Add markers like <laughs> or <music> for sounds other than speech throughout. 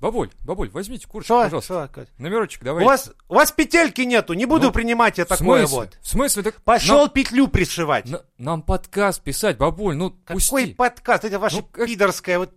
Бабуль, бабуль, возьмите курочку, Что? пожалуйста. Что, Кать? Номерочек давай. У вас, у вас петельки нету, не буду Ну, принимать я В такое смысле? вот. В смысле? Так Пошел петлю пришивать. Нам, на- нам подкаст писать, бабуль, ну Какой пусти. подкаст? Это ваша Ну, как- пидорская вот...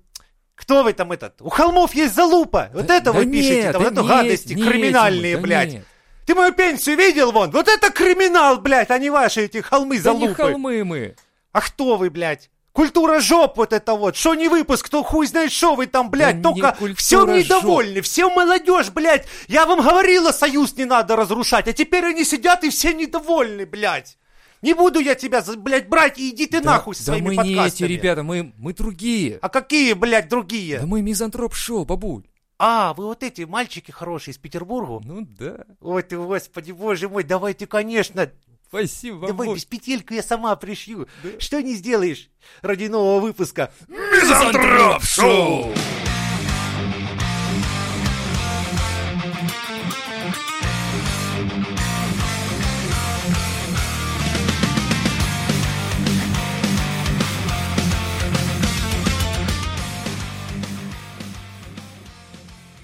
Кто вы там этот? У холмов есть залупа. Вот это Да вы нет, пишете, там, да вот эту нет, гадости нет, криминальные, Тимур, да блядь. нет. Ты мою пенсию видел вон? Вот это криминал, блядь, а не ваши эти холмы Да не залупы. холмы мы. А кто вы, блядь? Культура жоп вот это вот. Что не выпуск, то хуй знает, что вы там, блядь. Да не Только культура всем недовольны, всем молодежь, блядь. Я вам говорила, союз не надо разрушать. А теперь они сидят и все недовольны, блядь. Не буду я тебя, за- блядь, брать и иди ты Да- нахуй с да своими мы не эти подкастами. ребята, мы, мы другие. А какие, блядь, другие? Да мы мизантроп-шоу, бабуль. А, вы вот эти мальчики хорошие из Петербурга? Ну да. Ой ты, господи, боже мой, давайте, конечно, Спасибо, давай бабуль. без петельку я сама пришью. Да. Что не сделаешь ради нового выпуска? Мизантроп-шоу!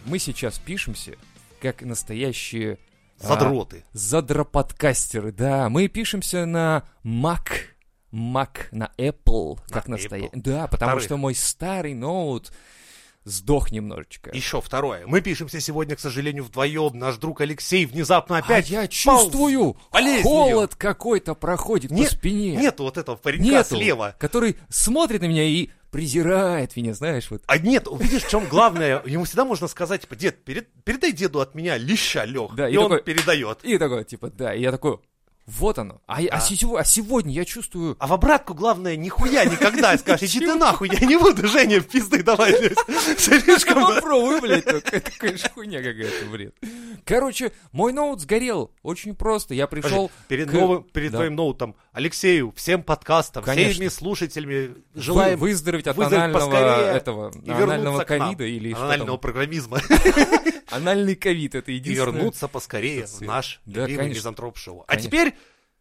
Мы сейчас пишемся, как настоящие а, Задроты. Задроподкастеры, да. Мы пишемся на Mac. Mac на Apple, как На настоящий. Apple. Да, потому Вторых. что мой старый ноут сдох немножечко. Еще второе. Мы пишемся сегодня, к сожалению, вдвоем. Наш друг Алексей внезапно А опять... я полз- А чувствую, полезнью. холод какой-то проходит Не- по спине. Нету вот этого паренька Нету, слева. который смотрит на меня и презирает меня, знаешь, вот. А нет, видишь, в чем главное? Ему всегда можно сказать, типа, дед, перед- передай деду от меня леща, Лех. Да, и, и он такой- передает. И такой, типа, да, и я такой, вот оно. А, я- а Да. сего- а сегодня я чувствую, А в обратку, главное, <laughs> нихуя никогда. Скажешь, иди ты нахуй, я не буду, Женя, в пизды давай. блядь. Слишком... да. Ну, Попробуй, блядь, только. Это, конечно, хуйня какая-то, бред. Короче, мой ноут сгорел. Очень просто. Я пришел... Подожди, перед, к- новым, перед Да. твоим ноутом, Алексею, всем подкастам, Конечно. всеми слушателями Вы- желаем выздороветь от выздороветь анального поскорее этого, и анального вернуться к нам. ковида или что анального там. программизма Анальный ковид, это и единственное. вернуться поскорее в наш Да, любимый конечно. мизантроп-шоу. А Конечно. теперь,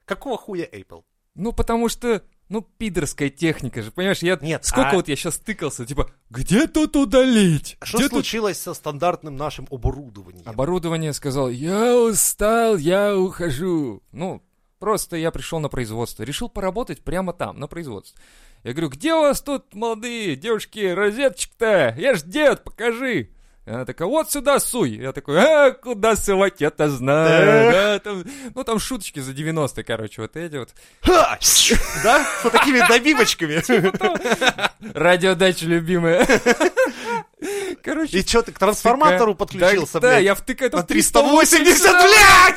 какого хуя Apple? Ну, потому что, ну, пидорская техника же, понимаешь, я... Нет, Сколько а- вот я сейчас тыкался, типа, где тут удалить? Что Где тут случилось со стандартным нашим оборудованием? Оборудование сказал, я устал, я ухожу. Ну, просто я пришел на производство, решил поработать прямо там, на производстве. Я говорю, где у вас тут, молодые девушки, розеточек-то? Я ж дед, покажи. И Она такая, вот сюда суй. Я такой, а, куда сувать, я-то знаю. Да, там- Ну, там шуточки за 90-е, короче, вот эти вот. Ха! Да? С такими добивочками. Радиодача <laughs> любимая. Короче, И что, ты к трансформатору втыкаю- подключился, да, Да, блядь? я втыкаю там На 380, раз.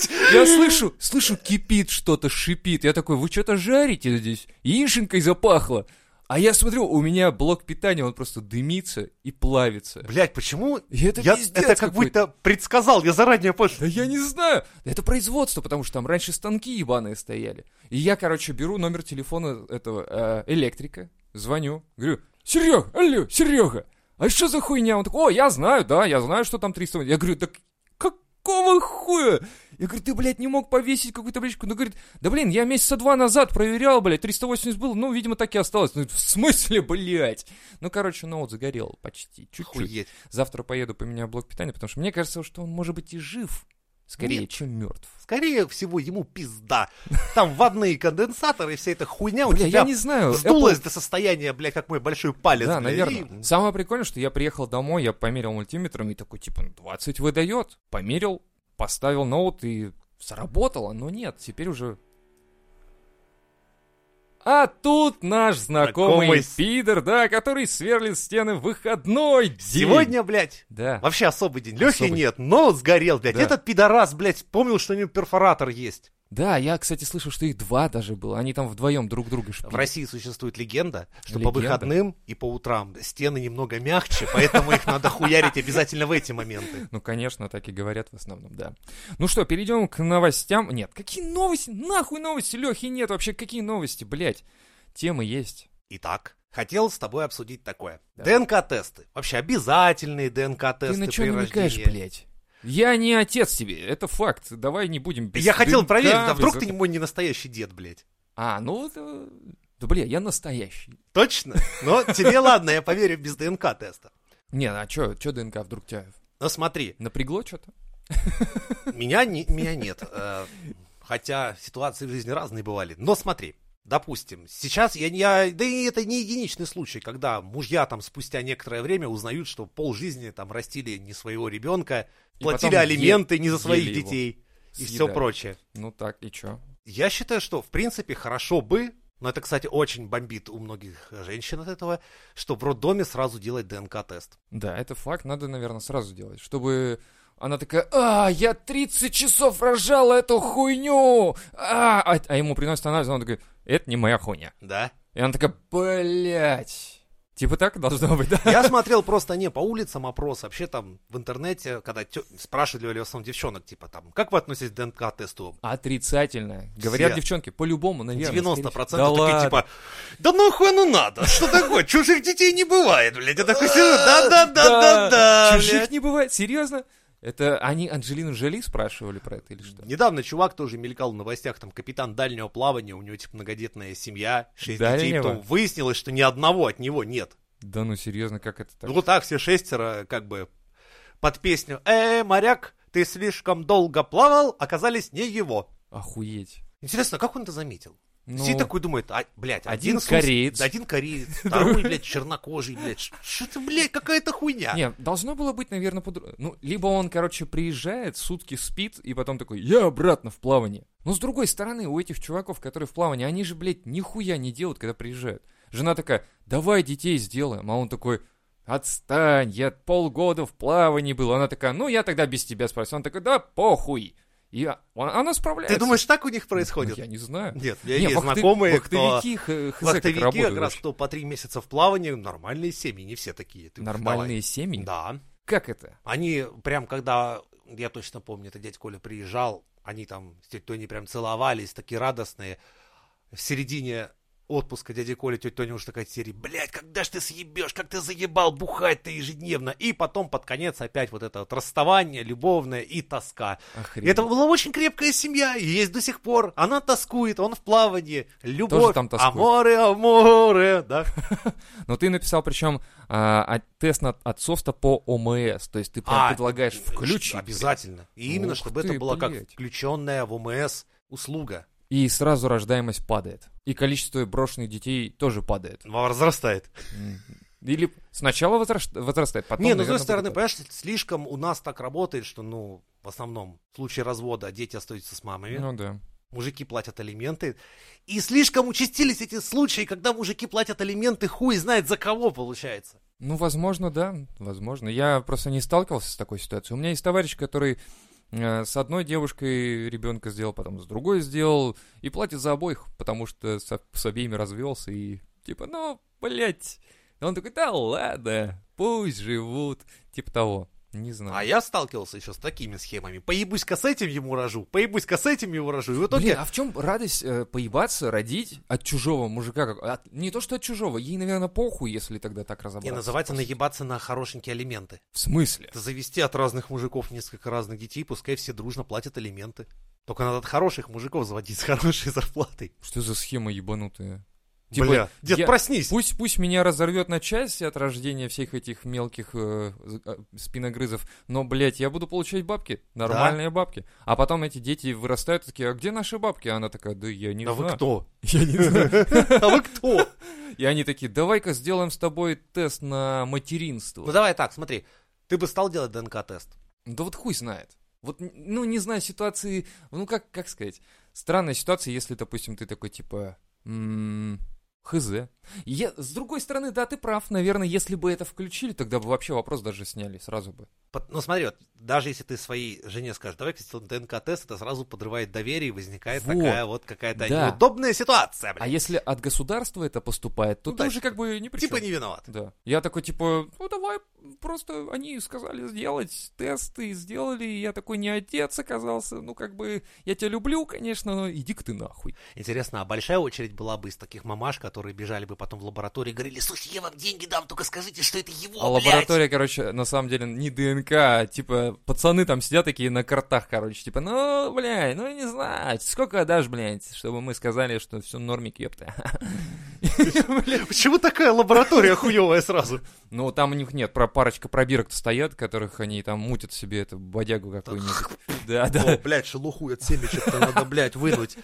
блядь! Я слышу, слышу, кипит что-то, шипит. Я такой, вы что-то жарите здесь? Яишенкой запахло. А я смотрю, у меня блок питания, он просто дымится и плавится. Блядь, почему? И это Я пиздец это как какой-то. будто предсказал, я заранее понял. Да я не знаю. Это производство, потому что там раньше станки ебаные стояли. И я, короче, беру номер телефона этого э, электрика, звоню, говорю, Серега, алло, Серега, а что за хуйня? Он такой, о, я знаю, да, я знаю, что там 300. Я говорю, так какого хуя? Я говорю, ты, блядь, не мог повесить какую-то табличку. Ну, говорит, да, блин, я месяца два назад проверял, блядь, 380 был, ну, видимо, так и осталось. Ну, в смысле, блядь? Ну, короче, ноут загорел почти, чуть-чуть. Охуеть. Завтра поеду поменяю блок питания, потому что мне кажется, что он может быть и жив, скорее, Нет. чем мертв. Скорее всего, ему пизда. Там ванные конденсаторы, вся эта хуйня у Бля, я тебя не знаю. вздулась Apple- до состояния, блядь, как мой большой палец. Да, блядь, и- наверное. Самое прикольное, что я приехал домой, я померил мультиметром и такой, типа, ну, 20 выдает. Померил, поставил ноут и сработало, но нет, теперь уже... А тут наш знакомый, Знакомый с- пидор, да, который сверлит стены в выходной день. Сегодня, блядь, Да. вообще особый день. Особый. Лехи нет, но сгорел, блядь. Да. Этот пидорас, блядь, вспомнил, что у него перфоратор есть. Да, я, кстати, слышал, что их два даже было. Они там вдвоем друг друга шпили. В России существует легенда, что по Легенда. выходным и по утрам стены немного мягче, поэтому их надо хуярить обязательно в эти моменты. Ну, конечно, так и говорят в основном, да. Ну что, перейдем к новостям. Нет, какие новости? Нахуй новости, Лехи, нет вообще, какие новости, блядь? Темы есть. Итак, хотел с тобой обсудить такое. Давай. ДНК-тесты. Вообще обязательные ДНК-тесты Ты на что при намекаешь, рождении. блядь? Я не отец тебе, это факт. Давай не будем без Я хотел дымка, проверить, а без вдруг ты этого. мой не настоящий дед, блядь. А, ну, это- да, бля, я настоящий. Точно? Но тебе ладно, я поверю без ДНК-теста. Не, а чё, чё ДНК вдруг тебя Но смотри, напрягло что-то? меня, не- меня нет. Э, Хотя ситуации в жизни разные бывали. Но смотри, допустим, сейчас я, я... Да и это не единичный случай, когда мужья там спустя некоторое время узнают, что полжизни там растили не своего ребенка, И платили потом е- алименты не за своих ели его. детей и все Съедали. прочее. Ну так, и чё? Я считаю, что в принципе хорошо бы, но это, кстати, очень бомбит у многих женщин от этого, что в роддоме сразу делать ДНК-тест. Да, это факт, надо, наверное, сразу делать, чтобы она такая, а, я 30 часов рожала эту хуйню, а, а, а ему приносит анализ, он такой, это не моя хуйня. Да. И она такая, блять. Типа так должно быть, да? Я смотрел просто не по улицам опрос, вообще там в интернете, когда тё- спрашивали в основном девчонок, типа там, как вы относитесь к ДНК-тесту? Отрицательное. Говорят Все. девчонки, по-любому, наверное. 90% скорее всего. такие, типа, да нахуй оно надо, что такое, чужих детей не бывает, блядь, я такой сижу, да-да-да-да-да, Чужих блядь. не бывает, серьезно? Это они Анджелину Жоли спрашивали про это или что? Недавно чувак тоже мелькал в новостях, там, капитан дальнего плавания, у него, типа, многодетная семья, шесть детей, Дальнего? потом выяснилось, что ни одного от него нет. Да ну серьезно, как это так? Ну вот так все шестеро, как бы, под песню «Э, моряк, ты слишком долго плавал», оказались не его. Охуеть. Интересно, как он это заметил? Ну, Сидит такой думает, а, блядь, один один, сус- кореец. да, <laughs> один кореец, второй, блядь, чернокожий, блядь, что ты, блядь, какая-то <laughs> хуйня. Не, должно было быть, наверное, по Ну, либо он, короче, приезжает, сутки спит, и потом такой, я обратно в плавание. Но с другой стороны, у этих чуваков, которые в плавании, они же, блядь, нихуя не делают, когда приезжают. Жена такая, давай детей сделаем. А он такой, отстань, я полгода в плавании был. Она такая, ну, я тогда без тебя спросил. Он такой, да похуй. И а- он- она справляется. Ну, ты думаешь, так <laughs> у них Я происходит? не <laughs> знаю. Нет, у меня Не, есть вахты- знакомые, кто... вахтовики, х- хз, как Вахтовики, работают как раз, вообще. кто по три месяца в плавании, нормальные семьи, не все такие. ты уж Нормальные семьи? давай. Да. Как это? Они прям, когда, я точно помню, это дядь Коля приезжал, они там с тетей Тоней прям целовались, такие радостные. В середине отпуска дяди Коля, тетя Тоня уже такая серии, блядь, когда ж ты съебешь, как ты заебал бухать-то ежедневно. И потом под конец опять вот это вот расставание любовное и тоска. И Охренеть. это была очень крепкая семья, и есть до сих пор. Она тоскует, он в плавании, любовь, Тоже там тоскует. аморе, аморе, да. Но ты написал, причем, а, а, тест на отцовство по ОМС. То есть ты прям А, предлагаешь включить. Обязательно. И именно, Ух чтобы ты, это была как блядь. включенная в ОМС услуга. И сразу рождаемость падает. И количество брошенных детей тоже падает. Возрастает. М. Или сначала возраш- возрастает, А потом... Не, ну, наверное, с другой стороны, падает. понимаешь, слишком у нас так работает, что, ну, в основном, в случае развода дети остаются с мамами, Ну да. мужики платят алименты. И слишком участились эти случаи, когда мужики платят алименты, хуй знает за кого получается. Ну, возможно, да, возможно. Я просто не сталкивался с такой ситуацией. У меня есть товарищ, который э, с одной девушкой ребенка сделал, потом с другой сделал, и платит за обоих, потому что со- с обеими развелся, и типа, ну, блядь. И Он такой, да ладно, пусть живут, типа того. Не знаю. А я сталкивался еще с такими схемами. Поебусь-ка с этим ему рожу, поебусь-ка с этим ему рожу. И в итоге Блин, а в чем радость э, поебаться, родить от чужого мужика? Как... от- Не то, что от чужого, ей, наверное, похуй, если тогда так разобраться. не называется наебаться на хорошенькие алименты. В смысле? Это завести от разных мужиков несколько разных детей, пускай все дружно платят алименты. Только надо от хороших мужиков заводить с хорошей зарплатой. Что за схема ебанутая? Типа, Бля, дед, я- проснись! Пусть, пусть меня разорвет на части от рождения всех этих мелких э, з- э, спиногрызов, но, блядь, я буду получать бабки, нормальные бабки. А потом эти дети вырастают такие, а где наши бабки? А она такая, да я не а вы знаю. кто? <laughs> Я не знаю. А вы кто? И они такие, давай-ка сделаем с тобой тест на материнство. Ну давай так, смотри. Ты бы стал делать ДНК-тест? Да вот хуй знает. Вот, н- ну, не знаю, ситуации... Ну, как, как сказать? Странная ситуация, если, допустим, ты такой, типа... м, хз. Я, с другой стороны, да, ты прав. Наверное, если бы это включили, тогда бы вообще вопрос даже сняли сразу бы. Пот- Ну смотри, вот, даже если ты своей жене скажешь, давай-ка сделаем ДНК-тест, это сразу подрывает доверие и возникает Вот. такая вот какая-то Да. неудобная ситуация, А блядь. если от государства это поступает, то Ну, ты да, уже как бы не при Типа чём. не виноват. Да. Я такой, типа, ну давай, просто они сказали сделать тесты, сделали, и я такой не отец оказался, ну как бы, я тебя люблю, конечно, но иди-ка ты нахуй. Интересно, а большая очередь была бы из таких мамаш, которые бежали бы бы потом в лаборатории говорили, слушай, я вам деньги дам, только скажите, что это его, А блядь!» лаборатория, короче, на самом деле не ДНК, а типа пацаны там сидят такие на картах, короче, типа, ну, блядь, ну не знаю, сколько отдашь, блядь, чтобы мы сказали, что все нормик, ёпта. <laughs> Почему такая лаборатория хуевая сразу? Ну, там у них нет, про парочка пробирок-то стоят, которых они там мутят себе эту бодягу какую-нибудь. Да, О, да. блядь, шелуху от семечек-то надо, блядь, вынуть.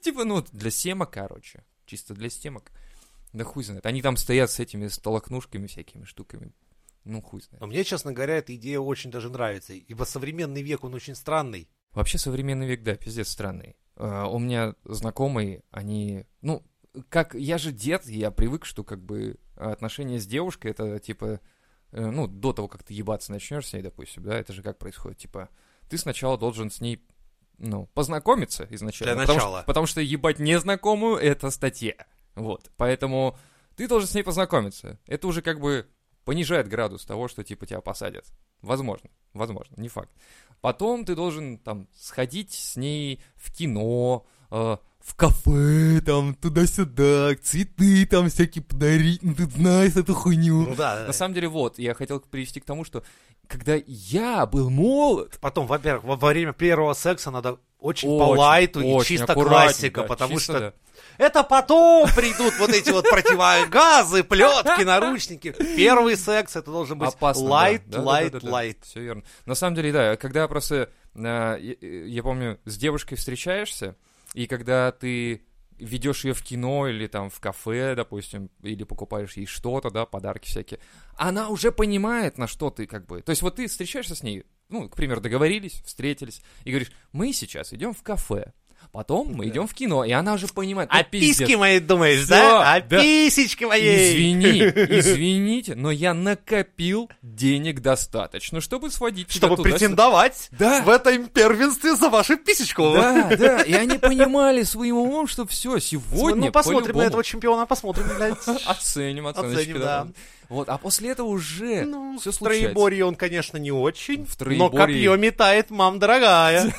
Типа, ну, для семок, короче. Чисто для семок. Да хуй знает. Они там стоят с этими столокнушками всякими штуками. Ну, хуй знает. Но мне, честно говоря, эта идея очень даже нравится, ибо современный век, он очень странный. Вообще современный век, да, пиздец странный. Э, У меня знакомые, они, ну, как я же дед, я привык, что как бы отношения с девушкой это типа, э, ну, до того, как ты ебаться начнешь с ней, допустим, да, это же как происходит, типа, ты сначала должен с ней, ну, познакомиться изначально. Для потому, начала. Что, потому что ебать незнакомую это статья. Вот, поэтому ты должен с ней познакомиться. Это уже как бы понижает градус того, что типа тебя посадят. Возможно, возможно, не факт. Потом ты должен там сходить с ней в кино, э, в кафе, там туда-сюда, цветы там всякие подарить, ну ты знаешь эту хуйню. Ну да, На да. самом деле, вот, я хотел привести к тому, что когда я был молод, Потом, во-первых, во во время первого секса надо очень, по очень, лайту и очень чисто аккуратненько, классика, потому чисто, что да. это потом придут вот эти вот противогазы, плетки, наручники. Первый секс это должен быть лайт, лайт, лайт. Все верно. На самом деле, да, когда просто, э, я, я помню, с девушкой встречаешься, и когда ты ведешь ее в кино или там в кафе, допустим, или покупаешь ей что-то, да, подарки всякие, она уже понимает, на что ты как бы... То есть вот ты встречаешься с ней, ну, к примеру, договорились, встретились, и говоришь, мы сейчас идем в кафе, потом мы Да. А идем в кино, и она уже понимает, О «Ну, пиздец, письке моей думаешь, Всё, да? О да. писечке моей. Извини, извините, но я накопил денег достаточно, чтобы сводить тебя Чтобы туда-сюда. претендовать Да. в этом первенстве за вашу писечку. Да, <laughs> да, и они понимали своим умом, что все, сегодня ну, посмотрим на по-любому. Э, этого чемпиона, посмотрим, блядь. <laughs> Оценим, оценочки, Оценим, да. да. Вот, а после этого уже Ну, все в случается. троеборье он, конечно, не очень, В но троеборье- копье метает, <laughs> мам дорогая.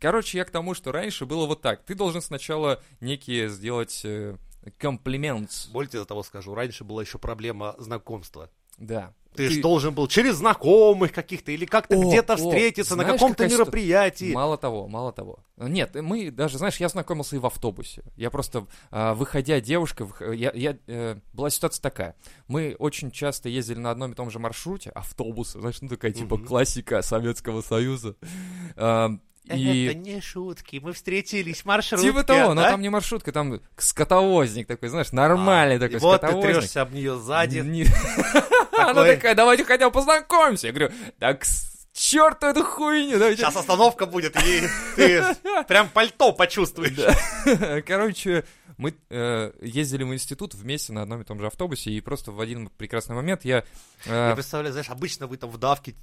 Короче, я к тому, что раньше было вот так. Ты должен сначала некие сделать э, комплимент. Более тебе того скажу, раньше была еще проблема знакомства. Да. Ты, же должен был через знакомых каких-то или как-то О, где-то о, встретиться на знаешь, каком-то какая история? мероприятии. Мало того, мало того. Нет, мы даже, знаешь, я знакомился и в автобусе. Я просто, а, выходя девушка, вых- я, я, э, была ситуация такая. Мы очень часто ездили на одном и том же маршруте, автобусы, знаешь, ну такая типа Мгм. классика Советского Союза. А, Э, Это И... не шутки, мы встретились в маршрутке. Типа того, но а? там не маршрутка, там скотовозник такой, знаешь, нормальный А, такой и вот ты скотовозник. трешься об нее сзади. <laughs> Не- Она такая, давайте хотя бы познакомимся. Я говорю, так черт эту хуйню. давайте». Сейчас остановка будет, и <laughs> ты прям пальто почувствуешь. Короче, мы э, ездили в институт вместе на одном и том же автобусе, и просто в один прекрасный момент я... э, <laughs> Я представляю, знаешь, обычно вы там в давке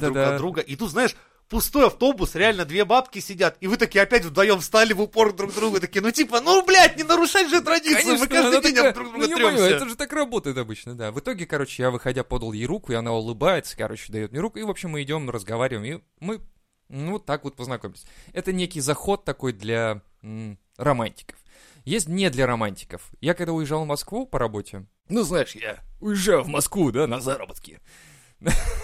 Да, да, друг да. на друга, и тут, знаешь, пустой автобус, реально две бабки сидят, и вы такие опять вдвоем встали в упор друг другу, такие, ну типа, ну, блядь, не нарушать же традицию, мы она каждый день такая, об друг «Ну, друга не трёмся». понимаю, это же так работает обычно, да. В итоге, короче, я, выходя, подал ей руку, и она улыбается, короче, дает мне руку, и, в общем, мы идем, разговариваем, и мы, ну, вот так вот познакомились. Это некий заход такой для м, романтиков. Есть не для романтиков. Я когда уезжал в Москву по работе, ну, знаешь, я уезжаю в Москву, да, на заработки.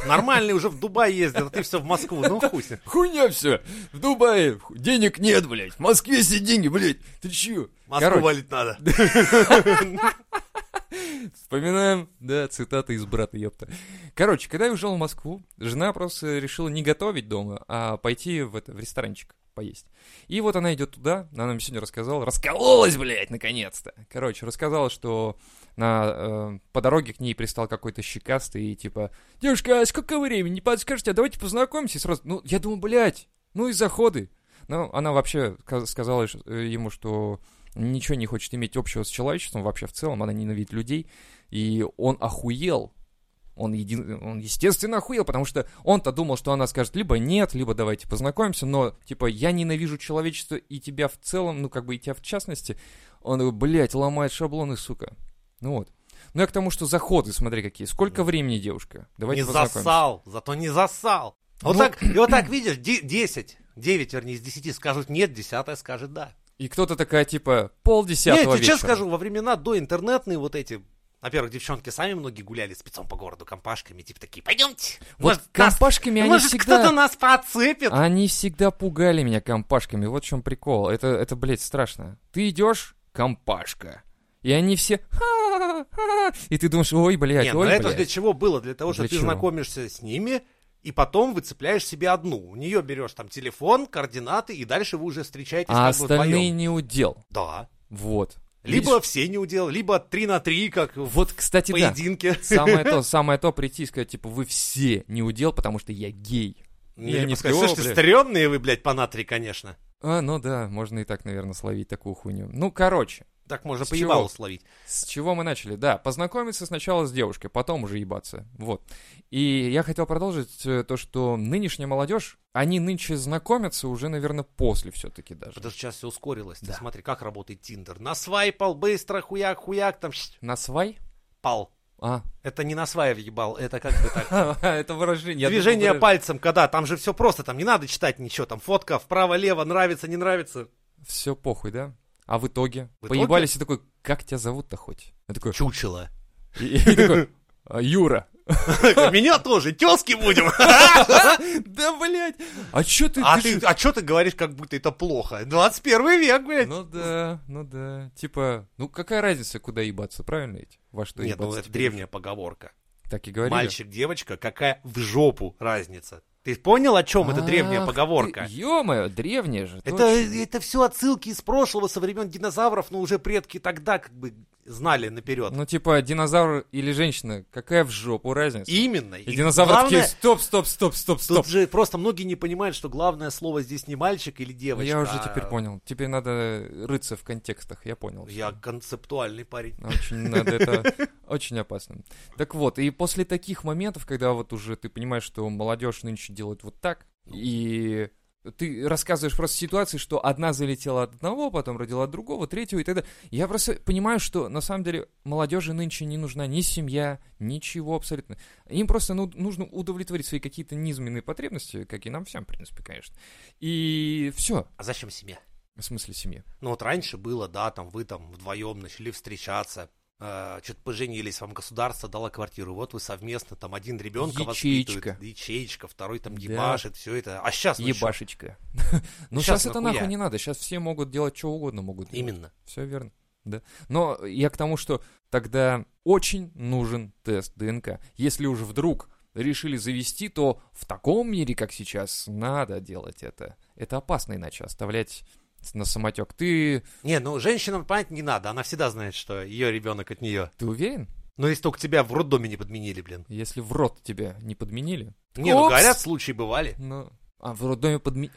Нормальный уже в Дубай ездил, а ты все в Москву, ну хуй с ним. Хуйня все. В Дубае ху- денег нет, блядь. В Москве все деньги, блядь. Ты чё? Москву Короче, валить надо. вспоминаем, да, цитаты из брата, ёпта. Короче, когда я уезжал в Москву, жена просто решила не готовить дома, а пойти в, это, в ресторанчик поесть. И вот она идет туда, она мне сегодня рассказала, раскололась, блядь, наконец-то. Короче, рассказала, что на, э, по дороге к ней пристал какой-то щекастый и типа, девушка, а сколько времени, не подскажете, а давайте познакомимся и сразу. Ну, я думаю, блядь, ну и заходы. Но она вообще ка- сказала ш- э, ему, что ничего не хочет иметь общего с человечеством вообще в целом, она ненавидит людей, и он охуел. Он, един- он, естественно, охуел, потому что он-то думал, что она скажет либо нет, либо давайте познакомимся, но, типа, я ненавижу человечество и тебя в целом, ну, как бы и тебя в частности. Он такой, блядь, ломает шаблоны, сука. Ну вот. Ну я к тому, что заходы, смотри какие. Сколько времени, девушка? Давайте Не познакомимся. засал, зато не засал. Вот Ну. так, и вот так, видишь, де- 10, 9, вернее, из 10 скажут нет, 10 скажет да. И кто-то такая, типа, полдесятого Нет, я тебе вечера. честно скажу, во времена до интернетные вот эти... Во-первых, девчонки сами многие гуляли спецом по городу компашками, типа такие, пойдемте, Вот может, нас- компашками они может, кто-то всегда... А, нас подцепит. Они всегда пугали меня компашками, вот в чем прикол. Это, это, блядь, страшно. Ты идешь, компашка. И они все... <laughs> «Ха-ха-ха», И ты думаешь, ой, блядь, Не, ну ой, это блядь. для чего было? Для того, что Для ты чего? знакомишься с ними, и потом выцепляешь себе одну. У нее берешь там телефон, координаты, и дальше вы уже встречаетесь А как бы остальные вдвоем. не удел. Да. Вот. Либо Видишь? все не удел, либо три на три, как в Вот, кстати, <laughs> да. поединке. Самое то, самое то прийти и сказать, типа, вы все не удел, потому что я гей. Ну, Я либо не сказать, плевал, слушайте, блядь». стрёмные вы, блядь, по натри, конечно. А, ну да, можно и так, наверное, словить такую хуйню. Ну, короче, Так можно С по чего? ебалу словить. с чего мы начали? Да, познакомиться сначала с девушкой, потом уже ебаться. Вот. И я хотел продолжить э, то, что нынешняя молодежь, они нынче знакомятся уже, наверное, после все-таки даже. Потому что сейчас все ускорилось. Ты Да. смотри, как работает Тиндер. Насвайпал быстро, хуяк, хуяк, там щ- На свай? пал. А, <laughs> Это не на свай въебал, это как бы <laughs> так. это выражение. я думал, Движение выраж- пальцем, когда там же все просто, там не надо читать ничего, там фотка вправо-лево, нравится, не нравится. Все похуй, да? А в итоге? В итоге? Поебались и такой, как тебя зовут-то хоть? Я такой, <laughs> Чучело. и- и такой, «А, <laughs> Юра. Меня тоже, тески будем. Да, блядь. А чё ты... <laughs> А <laughs> ты ты, ж- а что ты говоришь, как будто это плохо? 21 век, блядь. Ну да, ну да. Типа, ну какая разница, куда ебаться, правильно ведь? Во что Нет, ебаться? ну это теперь? древняя поговорка. Так и говорили. Мальчик, девочка, какая в жопу разница? Ты понял, о чем эта древняя Ах поговорка? ты, Ё-моё, древняя же. Это, точно. это все отсылки из прошлого, со времен динозавров, но уже предки тогда как бы знали наперед. Ну типа динозавр или женщина, какая в жопу разница? Именно. И динозавры главное, такие, стоп, стоп, стоп, стоп, стоп. Тут же просто многие не понимают, что главное слово здесь не мальчик или девочка. Я уже а теперь понял. Теперь надо рыться в контекстах, я понял. Я концептуальный парень. Очень надо это... Очень опасно. Так вот, и после таких моментов, когда вот уже ты понимаешь, что молодежь нынче делает вот так, и ты рассказываешь просто ситуации, что одна залетела от одного, потом родила от другого, третьего и так далее. Я просто понимаю, что на самом деле молодежи нынче не нужна ни семья, ничего абсолютно. Им просто ну, нужно удовлетворить свои какие-то низменные потребности, как и нам всем, в принципе, конечно. И все. А зачем семья? В смысле семьи. Ну вот раньше было, да, там вы там вдвоем начали встречаться, что-то поженились, вам государство дало квартиру, вот вы совместно, там один ребенка Ячеечка. воспитывает, ячеечка, второй там Да. ебашит, все это. А сейчас Ебашечка. <laughs> Ну, Щас сейчас это нахуя? нахуй не надо. Сейчас все могут делать что угодно могут. Именно. Все верно. Да. Но я к тому, что тогда очень нужен тест ДНК. Если уж вдруг решили завести, то в таком мире, как сейчас, надо делать это. Это опасно иначе оставлять на самотек. Ты, Не, ну женщинам понять не надо, она всегда знает, что ее ребенок от нее. ты уверен, Но если только тебя в роддоме не подменили, блин. если в рот тебя не подменили? Не, ну Опс! говорят, случаи бывали. Ну, а в роддоме <gasps> подменили...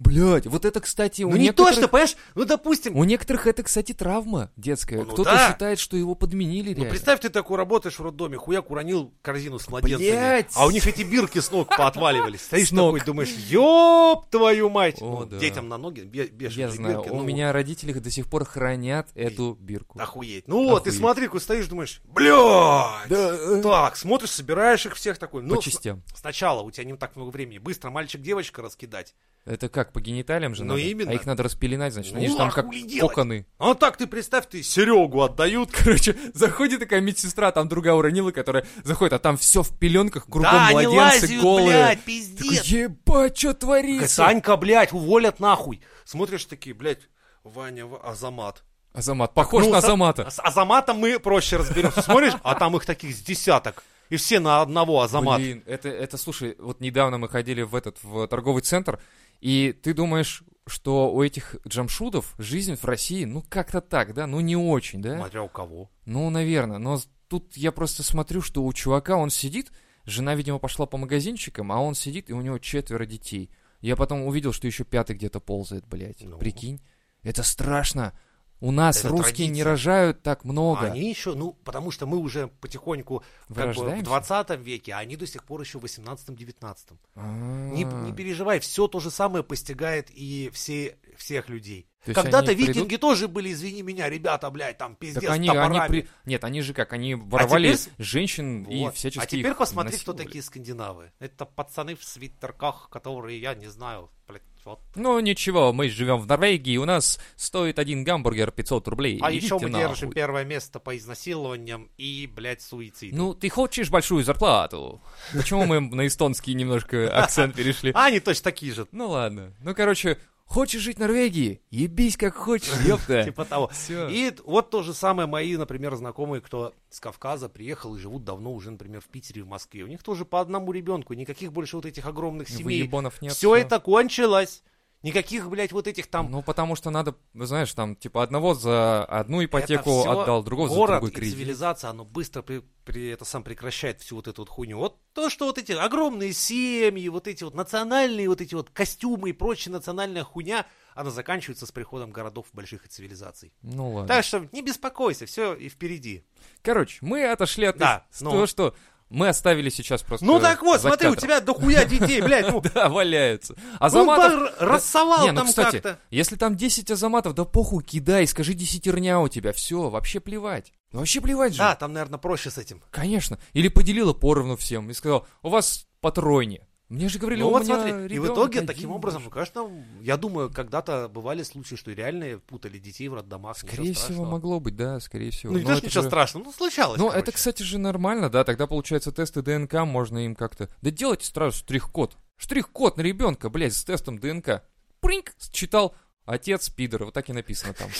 Блять, вот это, кстати, у Ну не некоторых... то, что, понимаешь, ну допустим, У некоторых это, кстати, травма детская. Ну Кто-то да. считает, что его подменили Ну реально. представь, ты такой работаешь в роддоме, хуяк уронил корзину с младенцами, Блядь! а у них эти бирки с ног <laughs> поотваливались. Стоишь С ног. такой, думаешь, ёб твою мать! О, Ну, да. Детям на ноги бе- бешеные Я знаю, бирки, у ну, меня родители до сих пор хранят эту бирку. Охуеть. Ну вот, ты Охуеть. смотри, такой стоишь, думаешь, блядь! Да, э. Так, смотришь, собираешь их всех такой. Ну, По частям. с- сначала у тебя не так много времени. Быстро мальчик-девочка раскидать. Это как, по гениталиям же Ну, надо? именно. А их надо распеленать, значит. Ну, Они же там как охуеть делать. коконы. А так ты представь, ты Серегу отдают. Короче, заходит такая медсестра, там другая уронила, которая заходит, а там все в пеленках, кругом да, они младенцы лазят, голые. блядь, Такой, пиздец. ебать, что Такая, творится? Санька, блядь, уволят нахуй. Смотришь такие, блядь, Ваня, Ва- Азамат. Азамат, похож Ну, на с- Азамата. С Азаматом мы проще разберемся. Смотришь, а там их таких с десяток. И все на одного Азамат. Блин, это, это, слушай, вот недавно мы ходили в этот, в торговый центр, и ты думаешь, что у этих джамшудов жизнь в России, ну, как-то так, да? Ну, не очень, да? Смотря у кого. Ну, наверное, но с- тут я просто смотрю, что у чувака он сидит, жена, видимо, пошла по магазинчикам, а он сидит, и у него четверо детей. Я потом увидел, что еще пятый где-то ползает, блядь. Ну. Прикинь, это страшно. У нас Это русские не традиция. рожают так много. Они еще, ну, потому что мы уже потихоньку как бы, в Вырождаемся? 20 веке, а они до сих пор еще в 18-19. А. Не, не переживай, все то же самое постигает и все всех людей. То есть Когда-то они викинги придут? тоже были, извини меня, ребята, блядь, там пиздец Так они, с они топорами. А при- Нет, они же как, они воровали теперь- женщин и Вот. всячески а теперь их посмотри, кто насиловали. такие скандинавы. Это пацаны в свитерках, которые я не знаю. Блядь, вот. Ну ничего, мы живем в Норвегии, у нас стоит один гамбургер 500 рублей. А идите еще мы нахуй. держим первое место по изнасилованиям и, блядь, суициду. Ну, ты хочешь большую зарплату? Почему мы на эстонский немножко акцент перешли? А они точно такие же. Ну ладно. Ну, короче, хочешь жить в Норвегии? Ебись как хочешь, ёпта. <laughs> Типа того. Всё. И вот то же самое мои, например, знакомые, кто с Кавказа приехал и живут давно уже, например, в Питере и в Москве. У них тоже по одному ребенку, никаких больше вот этих огромных семей. Выебонов нет. Все всё. это кончилось. Никаких, блядь, вот этих там Ну, потому что надо, знаешь, там, типа, одного за одну ипотеку всё отдал, другого за город другой и кредит. цивилизация, оно быстро при, при- это сам прекращает всю вот эту вот хуйню. Вот то, что вот эти огромные семьи, вот эти вот национальные вот эти вот костюмы и прочая национальная хуйня, она заканчивается с приходом городов больших и цивилизаций. Ну ладно. Так что не беспокойся, все и впереди. Короче, мы отошли от Да, из- ну. того, что мы оставили сейчас просто. Ну так вот, за смотри, у кадром. тебя дохуя <laughs> детей, блядь, ну, Э, Да, валяются. ну, Азаматов... бар рассовал Не, ну, там кстати, как-то. Если там 10 азаматов, да похуй, кидай, скажи десятерня у тебя, все, вообще плевать. Ну, Вообще плевать же. Да, А, там, наверное, проще с этим. Конечно. Или поделила поровну всем и сказала, у вас по тройне. Мне же говорили, Ну у вот меня смотри, и в ребенок итоге один таким был». образом, ну, конечно, я думаю, когда-то бывали случаи, что реально путали детей в роддомах. ничего Скорее всего, страшного. могло быть, да, скорее всего. Ну, не Но то, что это ничего же- страшного, ну, случалось. Ну, короче. это, кстати же, нормально, да, тогда, получается, тесты ДНК можно им как-то... Да делайте сразу штрих-код. Штрих-код на ребенка, блядь, с тестом ДНК. Прыньк, считал отец пидор, вот так и написано там.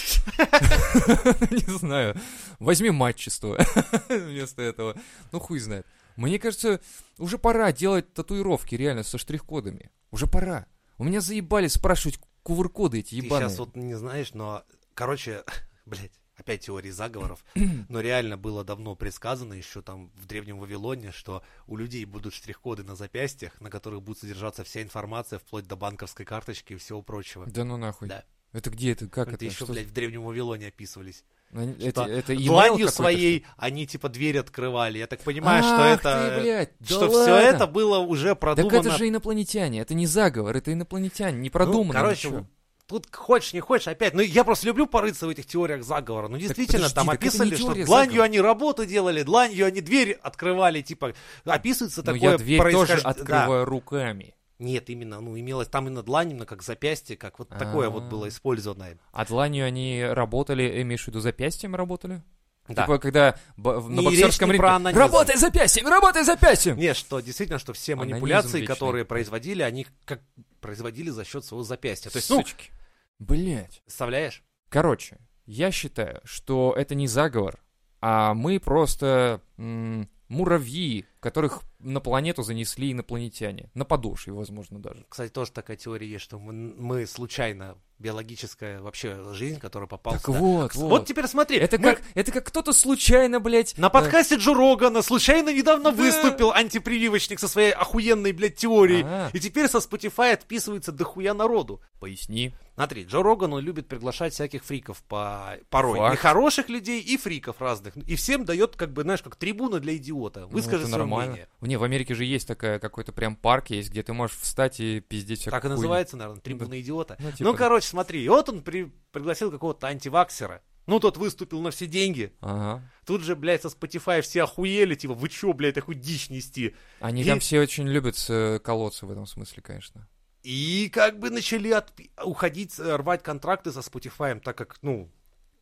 <laughs> Не знаю. Возьми матчество <laughs> вместо этого. Ну, хуй знает. Мне кажется, уже пора делать татуировки реально со штрих-кодами. Уже пора. У меня заебали спрашивать кувыркоды эти Ты ебаные. сейчас вот не знаешь, но, короче, <laughs> блядь, опять <clears throat> теории заговоров, но реально было давно предсказано еще там в Древнем Вавилоне, что у людей будут штрих-коды на запястьях, на которых будет содержаться вся информация, вплоть до банковской карточки и всего прочего. Да ну нахуй. Да. Это где это? Как это, это? еще, Что- блядь, в Древнем Вавилоне описывались. Они- что Это это email Дланью какой-то, своей они, типа, дверь открывали. Я так понимаю, что Ах это... э, ты, блядь, да что все ладно. это было уже Так продумано это же инопланетяне, это не заговор, это инопланетяне, не продумано. Ну, короче, ничего. тут хочешь, не хочешь, опять. Ну, я просто люблю порыться в этих теориях заговора. Ну, действительно, подожди, там так это не описали, что теория дланью заговора. они работу делали, дланью они дверь открывали, типа, описывается Но такое Ну, я дверь тоже происхож- да. открываю руками. Нет, именно, ну, имелось там именно длань, именно как запястье, как вот такое вот было А. использовано. А дланью они работали, э, имеешь в виду, запястьем работали? Да. Типа, когда бо- в- на Не, речь не боксерском ринге... про анонизм. Работай запястьем, работай запястьем! Нет, что действительно, что все Анонизм манипуляции, вечный. которые производили, они как производили за счет своего запястья. То есть, ну, Сучки. Блять. представляешь? Короче, я считаю, что это не заговор, а мы просто м, муравьи, которых на планету занесли инопланетяне. На подошве, возможно, даже. Кстати, тоже такая теория есть, что мы, мы случайно биологическая вообще жизнь, которая попала Так сюда. вот, Вот. вот. теперь смотри, Это мы как, это как кто-то случайно, блядь... на э, подкасте Джо Рогана случайно недавно Да. выступил антипрививочник со своей охуенной, блядь, теорией. А. И теперь со Spotify отписывается дохуя народу. Поясни. Ну, Смотри, Джо Роган, он любит приглашать всяких фриков по... порой. Факт. И хороших людей, и фриков разных. И всем дает, как бы, знаешь, как трибуна для идиота. Выскажи Ну, это свое нормально. мнение. Не, в Америке же есть такая какой-то прям парк есть, где ты можешь встать и пиздеть всякую Так и хуйню. называется, наверное, трибуна идиота. Ну, Ну, типа, да. короче, смотри, и вот он при- пригласил какого-то антиваксера. Ну, тот выступил на все деньги. Ага. Тут же, блядь, со Spotify все охуели, типа, вы чё, блядь, такую дичь нести? Они И- там все очень любят э, колоться в этом смысле, конечно. И как бы начали отпи- уходить, э, рвать контракты со Spotify, так как, ну,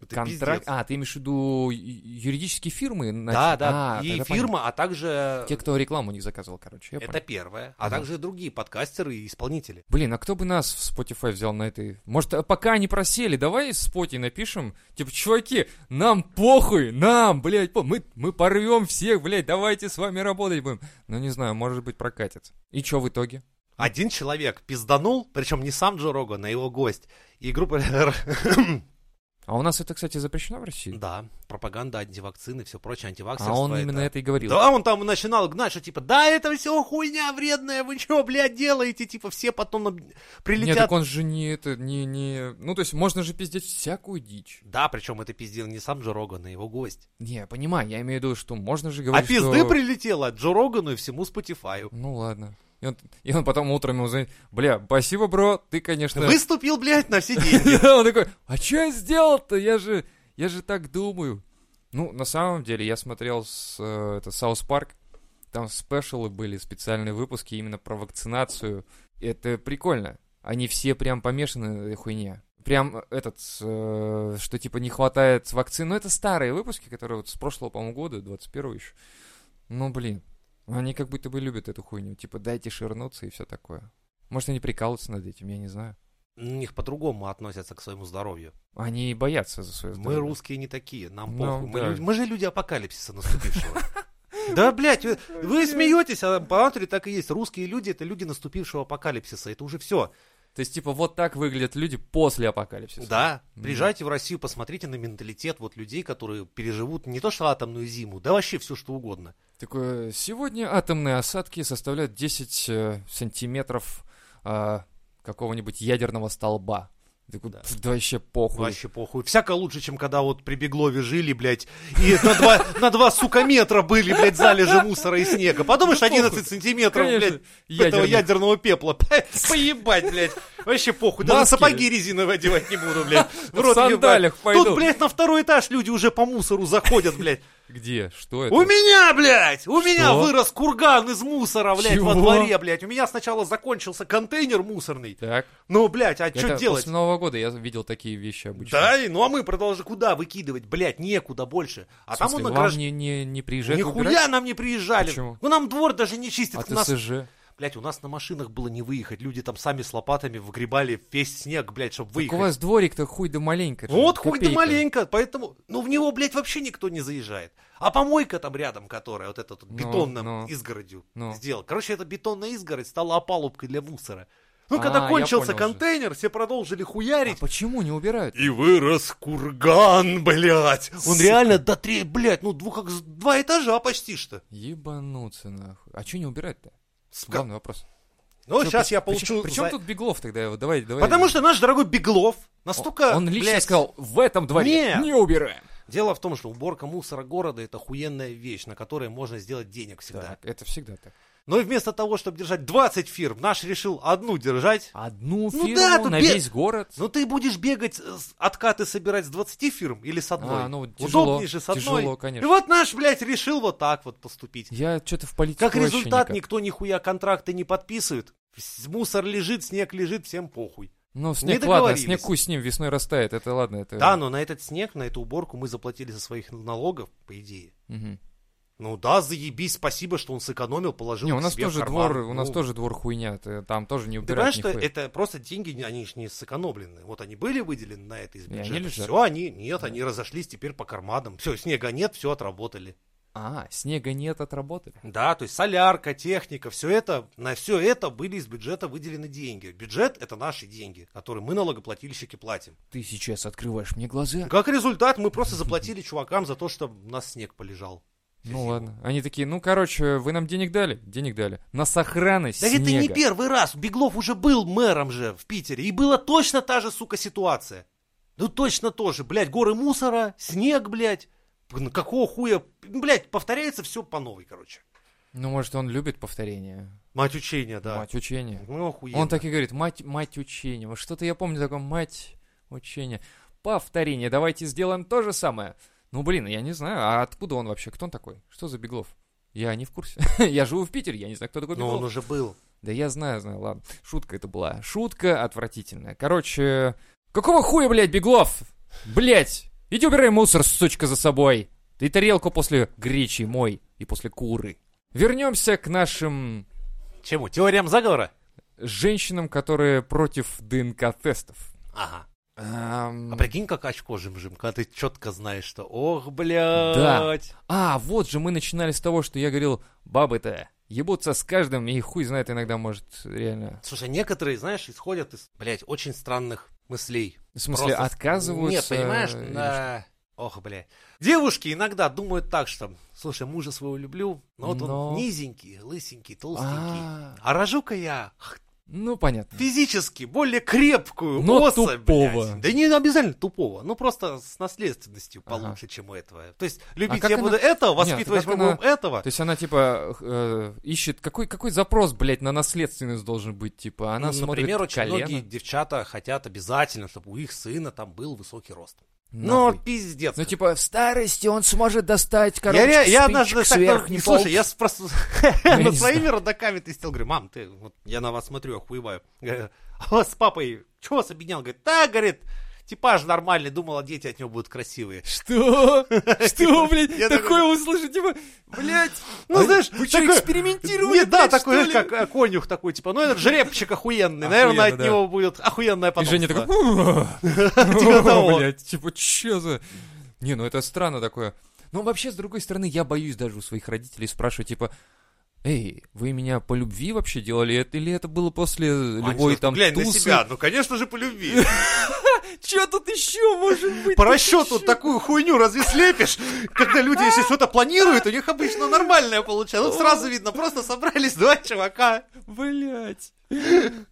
это Контракт. пиздец. А, ты имеешь в виду ю- юридические фирмы? нач- Да, да, А, и тогда фирма, а также... понятно. Те, кто рекламу не заказывал, короче. я Это понял. первое, а Ага. также и другие подкастеры и исполнители. Блин, а кто бы нас в Spotify взял на этой... Может, а пока они просели, давай Spotify напишем, типа, чуваки, нам похуй, нам, блядь, по- мы, мы порвем всех, блядь, давайте с вами работать будем. Ну, не знаю, может быть, прокатит. И чё в итоге? Один человек пизданул, причем не сам Джо Роган, а его гость. И группа... <laughs> А у нас это, кстати, запрещено в России? Да, пропаганда антивакцины, все прочее, антиваксерство. А он именно это и говорил. Да, он там начинал гнать, что типа, да, это все хуйня вредная, вы что, блядь, делаете? Типа, все потом об- прилетят. Нет, так он же не это, не, не... Ну, то есть, можно же пиздеть всякую дичь. Да, причем это пиздил не сам Джо Роган, а его гость. Не, я понимаю, я имею в виду, что можно же А говорить, пизды что- <laughs> прилетело Джо Рогану и всему Спотифаю. Ну, ладно. И он, и он потом утром ему звонит, бля, спасибо, бро, ты, конечно... Выступил, блядь, на все деньги. <laughs> Он такой, а что я сделал-то? Я же, я же так думаю. Ну, на самом деле, я смотрел с, э, это, Саус Парк, там спешалы были, специальные выпуски именно про вакцинацию. Это прикольно. Они все прям помешаны на этой хуйне. Прям этот, э, что типа не хватает вакцин. Ну, это старые выпуски, которые вот с прошлого, по-моему, года, 21 еще. Ну, блин, они как будто бы любят эту хуйню. Типа, дайте ширнуться и все такое. Может, они прикалываются над этим, я не знаю. У них по-другому относятся к своему здоровью. Они боятся за свое Мы здоровье. русские не такие, нам Ну, похуй. Мы, да. люди- мы же люди <laughs> апокалипсиса наступившего. Да, блядь, вы, вы смеетесь, а по натуре так и есть. Русские люди — это люди наступившего апокалипсиса. Это уже все. То есть, типа, вот так выглядят люди после апокалипсиса. Да, Мгм. приезжайте в Россию, посмотрите на менталитет вот людей, которые переживут не то что атомную зиму, да вообще все что угодно. Такое, сегодня атомные осадки составляют 10 э, сантиметров э, какого-нибудь ядерного столба. Такой, Да. «Пф, да вообще похуй. Вообще похуй. Всяко лучше, чем когда вот при Беглове жили, блядь, и на два, <laughs> на два, сука, метра были, блядь, залежи мусора и снега. Подумаешь, Да Ну, похуй. 11 сантиметров, <laughs> Конечно, блядь, этого ядерный. ядерного пепла. <laughs> Поебать, блядь. Вообще похуй. Да Маски. сапоги резиновые одевать не буду, <laughs> блядь. В рот ебать. сандалях пойду. Тут, блядь, на второй этаж люди уже по мусору заходят, <laughs> блядь. Где? Что это? У меня, блядь! У меня Что? вырос курган из мусора, блядь, во Чего? дворе, блядь. У меня сначала закончился контейнер мусорный. Так. Ну, блядь, а что Это делать? После Нового года я видел такие вещи обычно. Да, и- ну а мы продолжим куда выкидывать, блядь, некуда больше. А В смысле, там он вам награжд... не, не, не приезжает Нихуя нам не приезжали. Почему? Ну нам двор даже не чистит. убирать? у А нас... ТСЖ? Блядь, у нас на машинах было не выехать. Люди там сами с лопатами выгребали весь снег, блядь, чтобы Так у выехать. вас дворик-то хуй да маленько. Вот же, хуй да копейка. маленько, поэтому... Ну в него, блядь, вообще никто не заезжает. А помойка там рядом, которая вот эта тут Ну, бетонным ну, изгородью ну. сделала. Короче, эта бетонная изгородь стала опалубкой для мусора. Ну, когда А, я кончился понял же. контейнер, все продолжили А хуярить. почему не убирают? И вырос курган, блядь. Он Сука. реально до три, блядь, ну двух, как с- два этажа почти что. Ебануться нахуй. А что не убирать-то? Ска- Главный вопрос. Ну, Чё, сейчас при- я причем- получу... Причем за- тут Беглов тогда? Давай, давай. Потому что наш дорогой Беглов настолько... Он лично блядь, сказал, в этом дворе Нет. не убираем. Дело в том, что уборка мусора города это охуенная вещь, на которой можно сделать денег всегда. Так, это всегда так. Но и вместо того, чтобы держать 20 фирм, наш решил одну держать. Одну Ну фирму да, тут на бе- весь город. Ну ты будешь бегать, э, с- откаты собирать с 20 фирм или с одной? А, ну, тяжело, Удобнее же с одной. тяжело, конечно. И вот наш, блядь, решил вот так вот поступить. Я что-то в политику Как вообще результат, никак. никто нихуя контракты не подписывает. С- Мусор лежит, снег лежит, всем похуй. Ну, не снег, ладно, договорились. снег хуй с ним, весной растает, это ладно, это... Да, ну, но на этот снег, на эту уборку мы заплатили со своих налогов, по идее. Мгм. Ну да, заебись, спасибо, что он сэкономил, положил Не, у к нас себе в тоже карман. двор, у нас Ну, тоже двор хуйня, ты- там тоже не Ты убирают понимаешь, что нихуя. это просто деньги, они же не сэкономлены. Вот они были выделены на это из И они бюджета. лежат. все, они, нет, они разошлись теперь по карманам. Все, снега нет, все отработали. А, снега нет, отработали. Да, то есть солярка, техника, все это, на все это были из бюджета выделены деньги. Бюджет это наши деньги, которые мы налогоплательщики платим. Ты сейчас открываешь мне глаза. Как результат, мы просто заплатили чувакам за то, что у нас снег полежал. Ну ладно, они такие, ну короче, вы нам денег дали? Денег дали. На сохраны Да снега. это не первый раз. Беглов уже был мэром же в Питере. И была точно та же, сука, ситуация. Ну точно тоже, блядь, горы мусора, снег, блядь. Ну, Какого хуя? Блядь, повторяется все по новой, короче. Ну, может, он любит повторение. Мать учения, да. Мать учения. Ну, охуенно. Он так и говорит, мать, мать учения. Вот Что-то я помню такое, мать учения. Повторение, давайте сделаем то же самое. Ну, блин, я не знаю, а откуда он вообще? Кто он такой? Что за Беглов? Я не в курсе. <laughs> я живу в Питере, я не знаю, кто такой Но Беглов. Ну, он уже был. Да я знаю, знаю, ладно. Шутка это была. Шутка отвратительная. Короче, какого хуя, блядь, Беглов? Блядь, иди убирай мусор, сучка, за собой. Ты тарелку после гречи мой и после куры. Вернемся к нашим Чему? Теориям заговора? женщинам, которые против ДНК-тестов. Ага. Эм, А прикинь, как очко жим-жим, когда ты четко знаешь, что ох, блядь. А, вот же мы начинали с того, что я говорил, бабы-то ебутся с каждым, и хуй знает, иногда может реально... Слушай, некоторые, знаешь, исходят из, блядь, очень странных мыслей. В смысле, Просто- отказываются... Нет, понимаешь, или на- Ох, бля. Девушки иногда думают так, что, слушай, мужа своего люблю, но вот Но. он низенький, лысенький, что? толстенький. А, А рожу-ка я х, Ну, понятно. Физически более крепкую Но особь, блядь. тупого. Да не обязательно тупого, ну просто с наследственностью Ага. А получше, чем у этого. То есть любить как я она- буду этого, Нет, а воспитывать как мы будем этого. То есть она, типа, х- э, ищет... Какой, какой запрос, блядь, на наследственность должен быть? Типа, она Ну, смотрит например, очень колено. многие девчата хотят обязательно, чтобы у их сына там был высокий рост. Нахуй. Ну, пиздец. Ну, как. типа, в старости он сможет достать, Я короче, ре- я, однажды так, сверх, ну, слушай, я с- просто <laughs> над не своими родаками тестил, говорю, мам, ты, вот я на вас смотрю, охуеваю. Говорю, А вас с папой, чего вас объединял? Говорит, да, говорит, типаж нормальный, думала, дети от него будут красивые. <laughs> Что? Что, блядь, Я такое услышать, типа, блядь, Ну, а знаешь, вы что, такой- экспериментировали, Не, да, блядь, такой, что знаешь, ли? как э, конюх такой, типа, ну этот жеребчик охуенный, наверное, от Охуенно, да. него будет охуенная И Женя такой, потомство. <laughs> «Ура!» Типа того. блядь, типа, че за... Не, ну это странно такое. Ну, вообще, с другой стороны, я боюсь даже у своих родителей спрашивать, типа, Эй, вы меня по любви вообще делали? Это- Или это было после Они любой скажут, там Глянь на тусы? себя, ну, конечно же, по любви. Че тут еще может быть? По Тут расчету ещё? такую хуйню разве слепишь? Когда люди, если что-то планируют, у них обычно нормальное получается. Тут сразу видно, просто собрались два чувака. Блядь.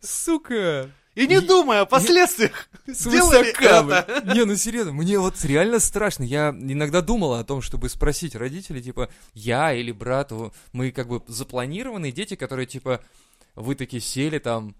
Сука. И не И- думая о последствиях, сделали Свысока, блин. это. Не, ну серьезно, мне вот реально страшно. Я иногда думал о том, чтобы спросить родителей, типа, я или брат, у- мы как бы запланированные дети, которые, типа, вы такие сели там,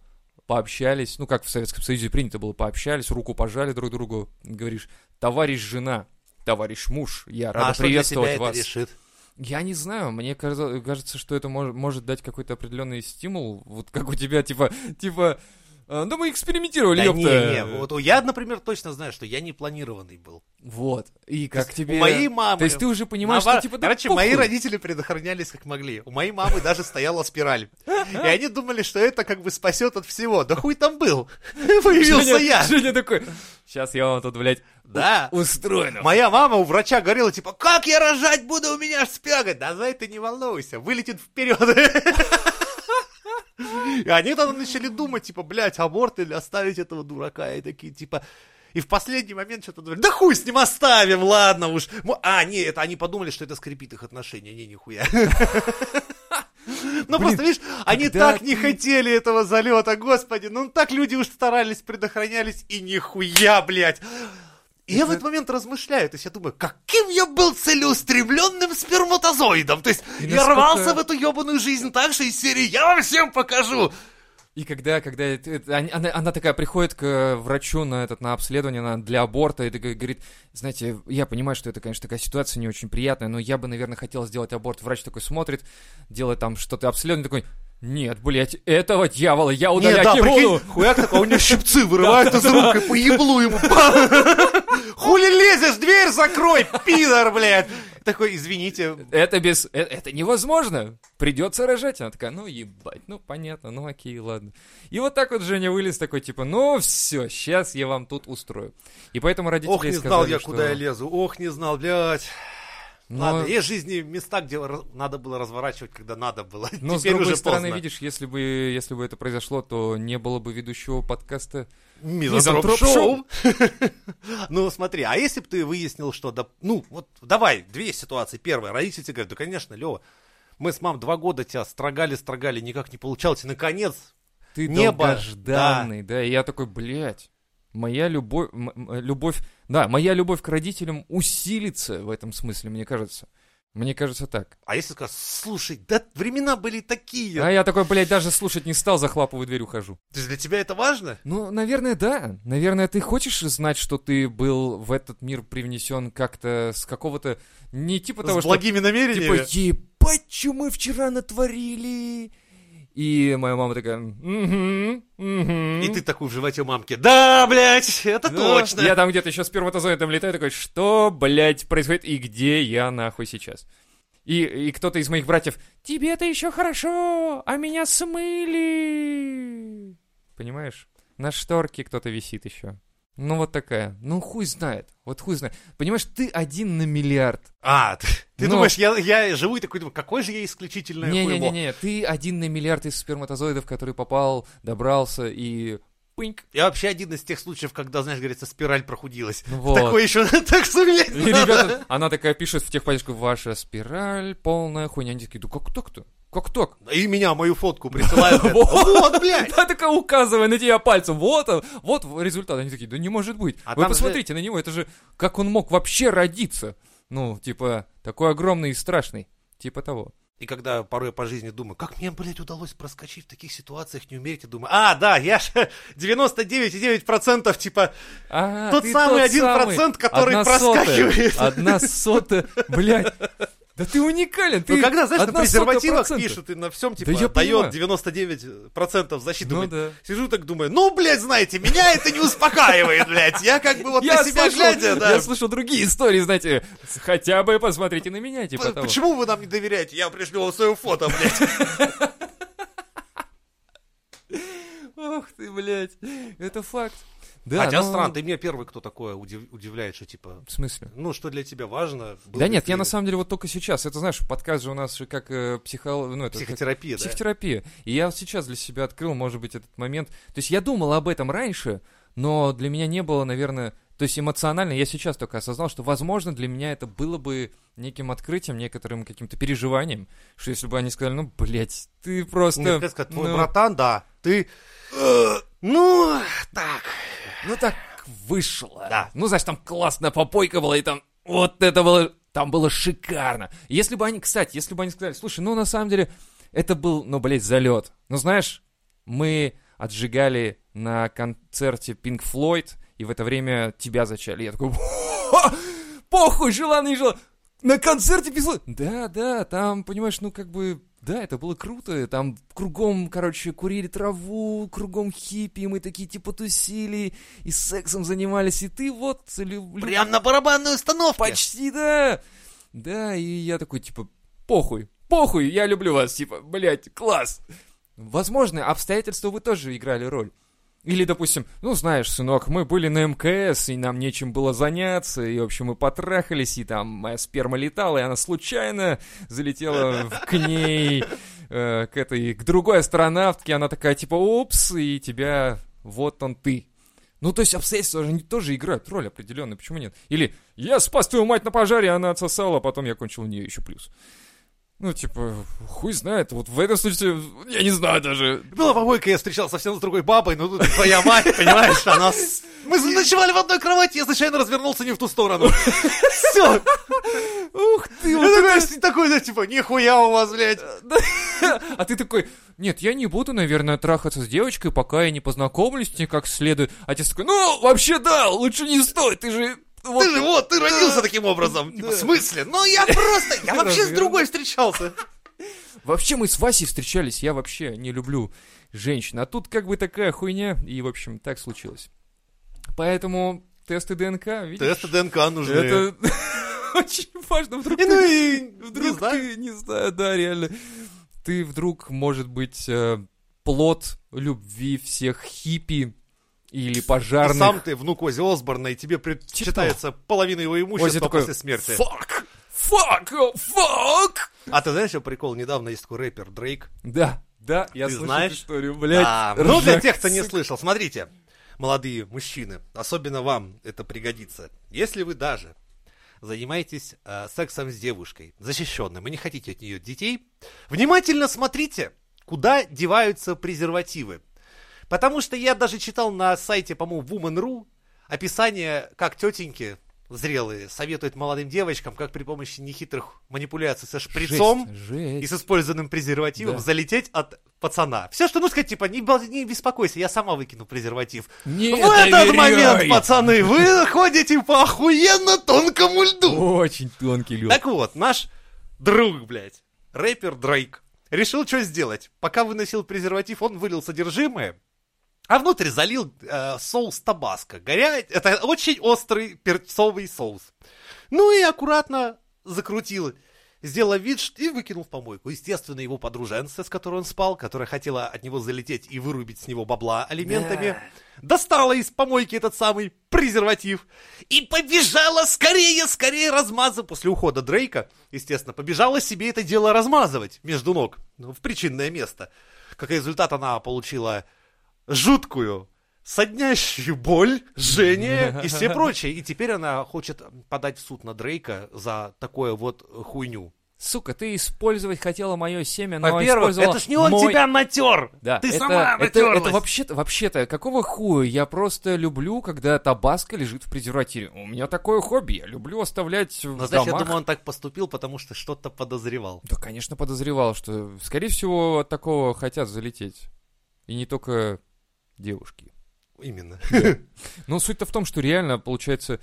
пообщались, ну, как в Советском Союзе принято было, пообщались, руку пожали друг другу, говоришь, товарищ жена, товарищ муж, я рада А что для приветствовать тебя это вас. решит? Я не знаю, мне каза- кажется, что это мож- может дать какой-то определенный стимул, вот как у тебя, типа, типа, «Э, да мы экспериментировали, Да не, ёпта». не, вот у- я, например, точно знаю, что я непланированный был. Вот. И То есть как тебе... У моей мамы... То есть ты уже понимаешь, Наоборот, что типа... да Короче, похуй. мои родители предохранялись как могли. У моей мамы даже стояла спираль. И они думали, что это как бы спасет от всего. Да хуй там был. <laughs> Женя, Появился я. Женя такой, сейчас я вам тут, блядь, Да. устрою. Моя мама у врача говорила, типа, как я рожать буду, у меня ж спина. Говорит, да за это не волнуйся, вылетит вперед. И они там начали думать, типа, блядь, аборт или оставить этого дурака. И такие, типа, и в последний момент что-то думали, да хуй с ним оставим, ладно уж. М- А, не, это они подумали, что это скрипит их отношения, не, нихуя. Ну просто, видишь, они когда так не хотели этого залета, господи, ну так люди уж старались, предохранялись, и нихуя, блядь. И я в этот момент размышляю, то есть я думаю, каким я был целеустремленным сперматозоидом. То есть И я насколько- рвался в эту ебаную жизнь так же из серии «Я вам всем покажу!» И когда, когда это- это- они- она, она такая приходит к э, врачу на этот на обследование на, для аборта и такая говорит, знаете, я понимаю, что это, конечно, такая ситуация не очень приятная, но я бы, наверное, хотел сделать аборт. Врач такой смотрит, делает там что-то обследование, такой, нет, блядь, этого дьявола я Не, удалять да, не буду. прикинь, хуяк такой, а у него щипцы вырывают из рук и по еблу ему. Пам! Хули лезешь, дверь закрой, пидор, блядь. Такой, извините, Это без... э- Это невозможно. Придется рожать. Она такая, ну ебать, ну понятно, ну окей, ладно. И вот так вот Женя вылез такой, типа, ну все, сейчас я вам тут устрою. И поэтому родители ох, не сказали, знал я, что- «Ну, куда я лезу, ох, не знал, блядь. Но- Ладно, есть в жизни места, где раз- надо было разворачивать, когда надо было. Но ну, с Теперь другой уже стороны, поздно. видишь, если бы, если бы это произошло, то не было бы ведущего подкаста. Мизантроп Мизантроп шоу. <laughs> Ну, смотри, а если бы ты выяснил, что... доп- Ну, вот давай, две ситуации. Первая, родители тебе говорят, да, конечно, Лева, мы с мамой два года тебя строгали, строгали, никак не получалось. И, наконец, Ты Небо, долгожданный, да. И я такой, блядь, моя любовь, м- м- любовь, да, моя любовь к родителям усилится в этом смысле, мне кажется. Мне кажется так. а если сказать, слушай, да времена были такие. А я такой, блядь, даже слушать не стал, захлапываю дверь, ухожу. То есть для тебя это важно? Ну, наверное, да. Наверное, ты хочешь знать, что ты был в этот мир привнесен как-то с какого-то... Не типа того, С что... благими Типа, намерениями? ебать, что мы вчера натворили. И моя мама такая, угу, угу. И ты такой в животе мамки, да, блядь, это точно. Ну, Я там где-то еще с первотозоидом летаю, такой, что, блядь, происходит и где я нахуй сейчас? И, и кто-то из моих братьев, тебе-то еще хорошо, а меня смыли. Понимаешь? На шторке кто-то висит еще. Ну вот такая. Ну хуй знает. Вот хуй знает. Понимаешь, ты один на миллиард. А, ты, ты Ну. думаешь, я, я живу и такой думаю, какой же я исключительное хуйло. Не-не-не, ты один на миллиард из сперматозоидов, который попал, добрался и пыньк. Я вообще один из тех случаев, когда, знаешь, говорится, спираль прохудилась. Вот. Такое еще <laughs> так суметь И надо. <laughs> ребята, она такая пишет в техподдержку, ваша спираль полная хуйня. Они такие, да как так-то? Как так? И меня, мою фотку <laughs> присылают. Вот. Вот, блядь! Она такая указывая на тебя пальцем, вот он, вот результат. Они такие, да не может быть. А Вы там же- посмотрите на него, это же, как он мог вообще родиться? Ну, типа, такой огромный и страшный. Типа того. И когда порой по жизни думаю, как мне, блядь, удалось проскочить в таких ситуациях, не умереть, я думаю, а, да, я <laughs> же 99,9% типа, А, Тот ты самый тот 1%, самый. который Одна сотая. проскакивает. Одна сотая, блядь. Да ты уникален. Ты ну когда, знаешь, на одна сотая презервативах процента. пишут и на всем, типа, Да я понимаю. дает 99% защиты. Ну да. Думаю, Сижу так думаю, ну, блядь, знаете, меня это не успокаивает, блядь, я как бы вот Я на себя слышал, <laughs> глядя, да. я слышал другие истории, знаете, с- хотя бы посмотрите на меня, типа П- того. Почему вы нам не доверяете? Я пришлю вам свое фото, блядь. Ох ты, блядь, это факт. Да, Хотя ну, странно, ты меня первый, кто такое удив- удивляет, что типа, В смысле? ну, что для тебя важно. был да ли нет, я ты- на самом деле вот только сейчас, это знаешь, подкаст же у нас же как э, психо... ну, это как- Психотерапия, да. Психотерапия. И я вот сейчас для себя открыл, может быть, этот момент. То есть я думал об этом раньше, но для меня не было, наверное... То есть эмоционально я сейчас только осознал, что, возможно, для меня это было бы неким открытием, некоторым каким-то переживанием, что если бы они сказали, ну, блядь, ты просто... Мне хотят сказать, твой ну, братан, да, ты... э, Ну, так. Ну, так вышло. Да. Ну, знаешь, там классная попойка была, и там вот это было... Там было шикарно. Если бы они, кстати, если бы они сказали, слушай, ну, на самом деле, это был, ну, блядь, залет. Ну, знаешь, мы отжигали на концерте Pink Floyd, и в это время тебя зачали. Я такой, «Ха! похуй, жила, не жила. На концерте Pink Floyd!» Да, да, там, понимаешь, ну, как бы, да, это было круто. Там кругом, короче, курили траву, кругом хиппи, и мы такие, типа, тусили, и сексом занимались, и ты вот... лю- лю- Прям на барабанной установке. Почти, да. Да, и я такой, типа, похуй, похуй, я люблю вас, типа, блядь, класс. Возможно, обстоятельства вы тоже играли роль. Или, допустим, ну, знаешь, сынок, мы были на МКС, и нам нечем было заняться, и, в общем, мы потрахались, и там моя сперма летала, и она случайно залетела в- к ней, э, к этой, к другой астронавтке, она такая, типа, упс, и тебя, вот он ты. Ну, то есть обстоятельства же они тоже играют роль определенную, почему нет? Или «Я спас твою мать на пожаре, она отсосала, а потом я кончил у нее еще плюс». Ну, типа, хуй знает, вот в этом случае, я не знаю даже, Была помойка, я встречался совсем с другой бабой, но тут твоя мать, понимаешь, она... с- Мы ночевали в одной кровати, я случайно развернулся не в ту сторону. Все. Ух ты, вот Я такой, такой, да, типа, нихуя у вас, блядь. это- <laughs> А ты такой, нет, я не буду, наверное, трахаться с девочкой, пока я не познакомлюсь с ней как следует. Отец такой, ну, вообще да, лучше не стоит, ты же... вот». Ты же вот, ты родился таким образом. Типа, в смысле? Ну, я просто, я вообще с другой встречался. Вообще мы с Васей встречались, я вообще не люблю женщин. А тут как бы такая хуйня, и, в общем, так случилось. Поэтому тесты ДНК, видишь? Тесты ДНК нужны. Это <laughs> очень важно. Вдруг И, ты- ну и, вдруг не знаю. ты, не знаю, да, реально. Ты вдруг, может быть, э, плод любви всех хиппи или И пожарных. сам ты внук Ози Осборна, и тебе предчитается половина его Ози имущества такой, после смерти. Фак! Фак! о, Фак! А ты знаешь, что прикол? Недавно есть такой рэпер Дрейк. Да, да, я Ты слышал знаешь? эту историю, блядь. А, ну, для ржак, тех, кто не сука. слышал, смотрите, молодые мужчины, особенно вам это пригодится. Если вы даже занимаетесь э, сексом с девушкой, защищенным, и не хотите от нее детей, внимательно смотрите, куда деваются презервативы. Потому что я даже читал на сайте, по-моему, Woman.ru описание, как тетеньки зрелые советуют молодым девочкам, как при помощи нехитрых манипуляций со шприцом Жесть, и с жесть. использованным презервативом Э, Да. залететь от пацана. Все, что нужно сказать, типа, не, бол- не беспокойся, я сама выкину презерватив. Не в этот доверяй. момент, пацаны, вы ходите по охуенно тонкому льду. Очень тонкий лед. Так вот, наш друг, блядь, рэпер Дрейк, решил что сделать. Пока выносил презерватив, он вылил содержимое, а внутрь залил э, соус табаско. Горя... Это очень острый перцовый соус. Ну и аккуратно закрутил, сделал вид ш- и выкинул в помойку. Естественно, его подруженце, с которой он спал, которая хотела от него залететь и вырубить с него бабла алиментами, достала из помойки этот самый презерватив и побежала скорее, скорее размазывать. После ухода Дрейка, естественно, побежала себе это дело размазывать между ног ну, в причинное место. Как результат, она получила жуткую соднящую боль, жжение <laughs> и все прочее. И теперь она хочет подать в суд на Дрейка за такое вот хуйню. Сука, ты использовать хотела мое семя, но Во-первых, использовала это ж не он мой... тебя натер! Да, Ты это, сама это, это натерлась. вообще-то, вообще-то, какого хуя? Я просто люблю, когда табаска лежит в презервативе. У меня такое хобби, я люблю оставлять в Но Ну, знаешь, я домах. думаю, он так поступил, потому что что-то подозревал. Да, конечно, подозревал, что, скорее всего, от такого хотят залететь. И не только девушки. Именно. Но суть-то в том, что реально, получается,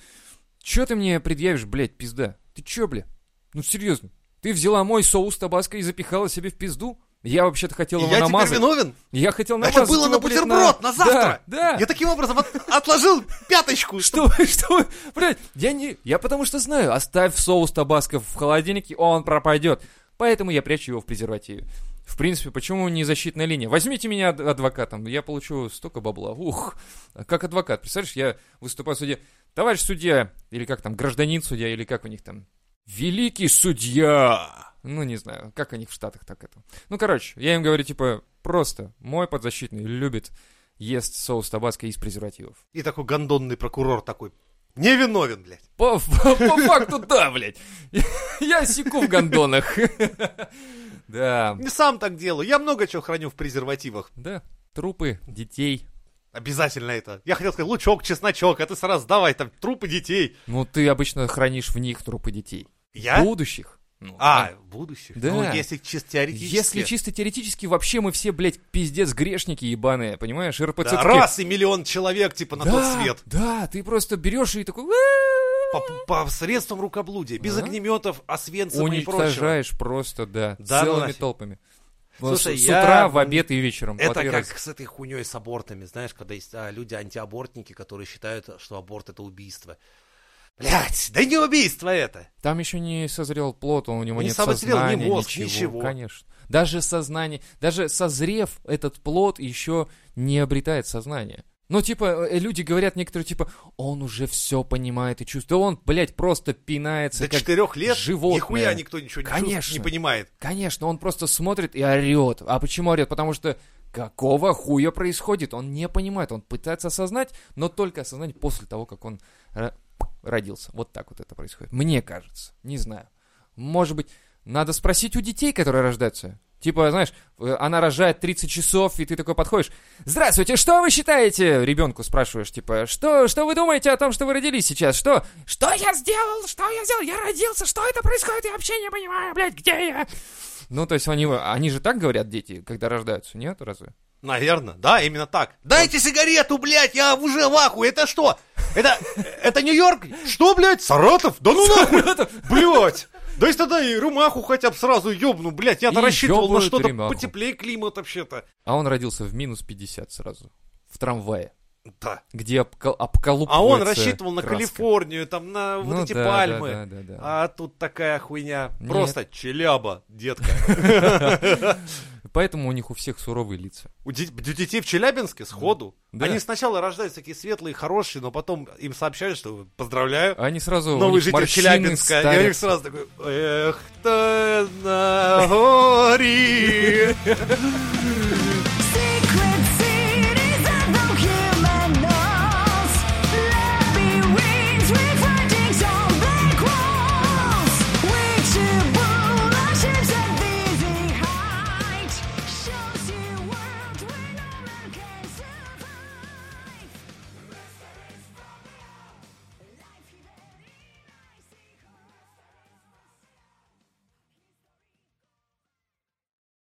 чё ты мне предъявишь, блядь, пизда? Ты чё, бля? Ну, серьезно. Ты взяла мой соус табаска и запихала себе в пизду? Я вообще-то хотел И его я теперь намазать. виновен? Я хотел Это намазать было на его, блядь, бутерброд, на завтра. Да, да. Я таким образом от- отложил пяточку. Что, вы- что, вы- блядь, я не, я потому что знаю, оставь соус табаско в холодильнике, он пропадет. Поэтому я прячу его в презервативе. В принципе, почему не защитная линия? Возьмите меня ад- адвокатом, я получу столько бабла. Ух, как адвокат, представляешь, я выступаю в суде. Товарищ судья, или как там, гражданин судья, или как у них там? Великий судья! Ну, не знаю, как у них в Штатах так это. Ну, короче, я им говорю, типа, просто, мой подзащитный любит ест соус табаско из презервативов. И такой гондонный прокурор такой. Невиновен, блядь. По, по- по факту, да, блядь. Я секу в гондонах. Да, Не сам так делаю. Я много чего храню в презервативах. да, трупы детей. Обязательно это. Я хотел сказать, лучок, чесночок, а ты сразу давай там трупы детей. Ну, ты обычно хранишь в них трупы детей. Я? Будущих. Ну, А, будущее. Да. Ну, если чисто теоретически. Если чисто теоретически, вообще мы все, блядь, пиздец грешники ебаные, понимаешь? РПЦ Да, раз и миллион человек, типа, на тот да, свет. Да, ты просто берешь и такой... «А-а-а». По, по средствам рукоблудия, без Да. огнеметов, освенцима и прочего. Уничтожаешь просто, да, Да ну целыми нафиг. толпами. Вот Слушай, с, с я- утра, в обед и вечером. по Это три как раза. с этой хуйней с абортами, знаешь, когда есть а, люди антиабортники, которые считают, что аборт это убийство. Блять, да не убийство это! Там еще не созрел плод, он у него Не нет созрел ни сознания, мозг, ничего, ничего. Конечно. Даже сознание, даже созрев этот плод еще не обретает сознание. Ну, типа, э, люди говорят некоторые, типа, он уже все понимает и чувствует. Да он, блядь, просто пинается. До как... четырех лет животное. нихуя никто ничего не чувствует, Конечно. не понимает. Конечно, он просто смотрит и орет. А почему орет? Потому что какого хуя происходит? Он не понимает, он пытается осознать, но только осознать после того, как он ро- родился. Вот так вот это происходит. Мне кажется, не знаю. Может быть, надо спросить у детей, которые рождаются. Типа, знаешь, э, она рожает 30 часов, и ты такой подходишь. Здравствуйте, что вы считаете? Ребенку спрашиваешь, типа, что, что вы думаете о том, что вы родились сейчас? Что? Что я сделал? Что я сделал? Я родился, что это происходит? Я вообще не понимаю, блядь, где я? Ну, то есть они, они же так говорят, дети, когда рождаются, нет, разве? Наверное, да, именно так. Дайте сигарету, блядь, я уже в ахуе, это что? Это, это Нью-Йорк? Что, блядь, Саратов? Да ну нахуй, блядь. Да если тогда и румаху хотя бы сразу ёбну, блядь, я-то И рассчитывал на ёбают что-то Рюмаху. потеплее климат вообще-то. А он родился в минус 50 сразу, в трамвае, Да. где обкол, обколупывается А он рассчитывал на краска. Калифорнию, там на вот Ну эти да, пальмы. да, да, да, да. А тут такая хуйня. Нет. Просто челяба, детка. Поэтому у них у всех суровые лица. У де- у детей в Челябинске сходу. Да. Они сначала рождаются такие светлые, хорошие, но потом им сообщают, что поздравляю, А Они сразу... у них новый Ну, житель морщины Челябинска. И у старят. них сразу такой, эх, ты на горе.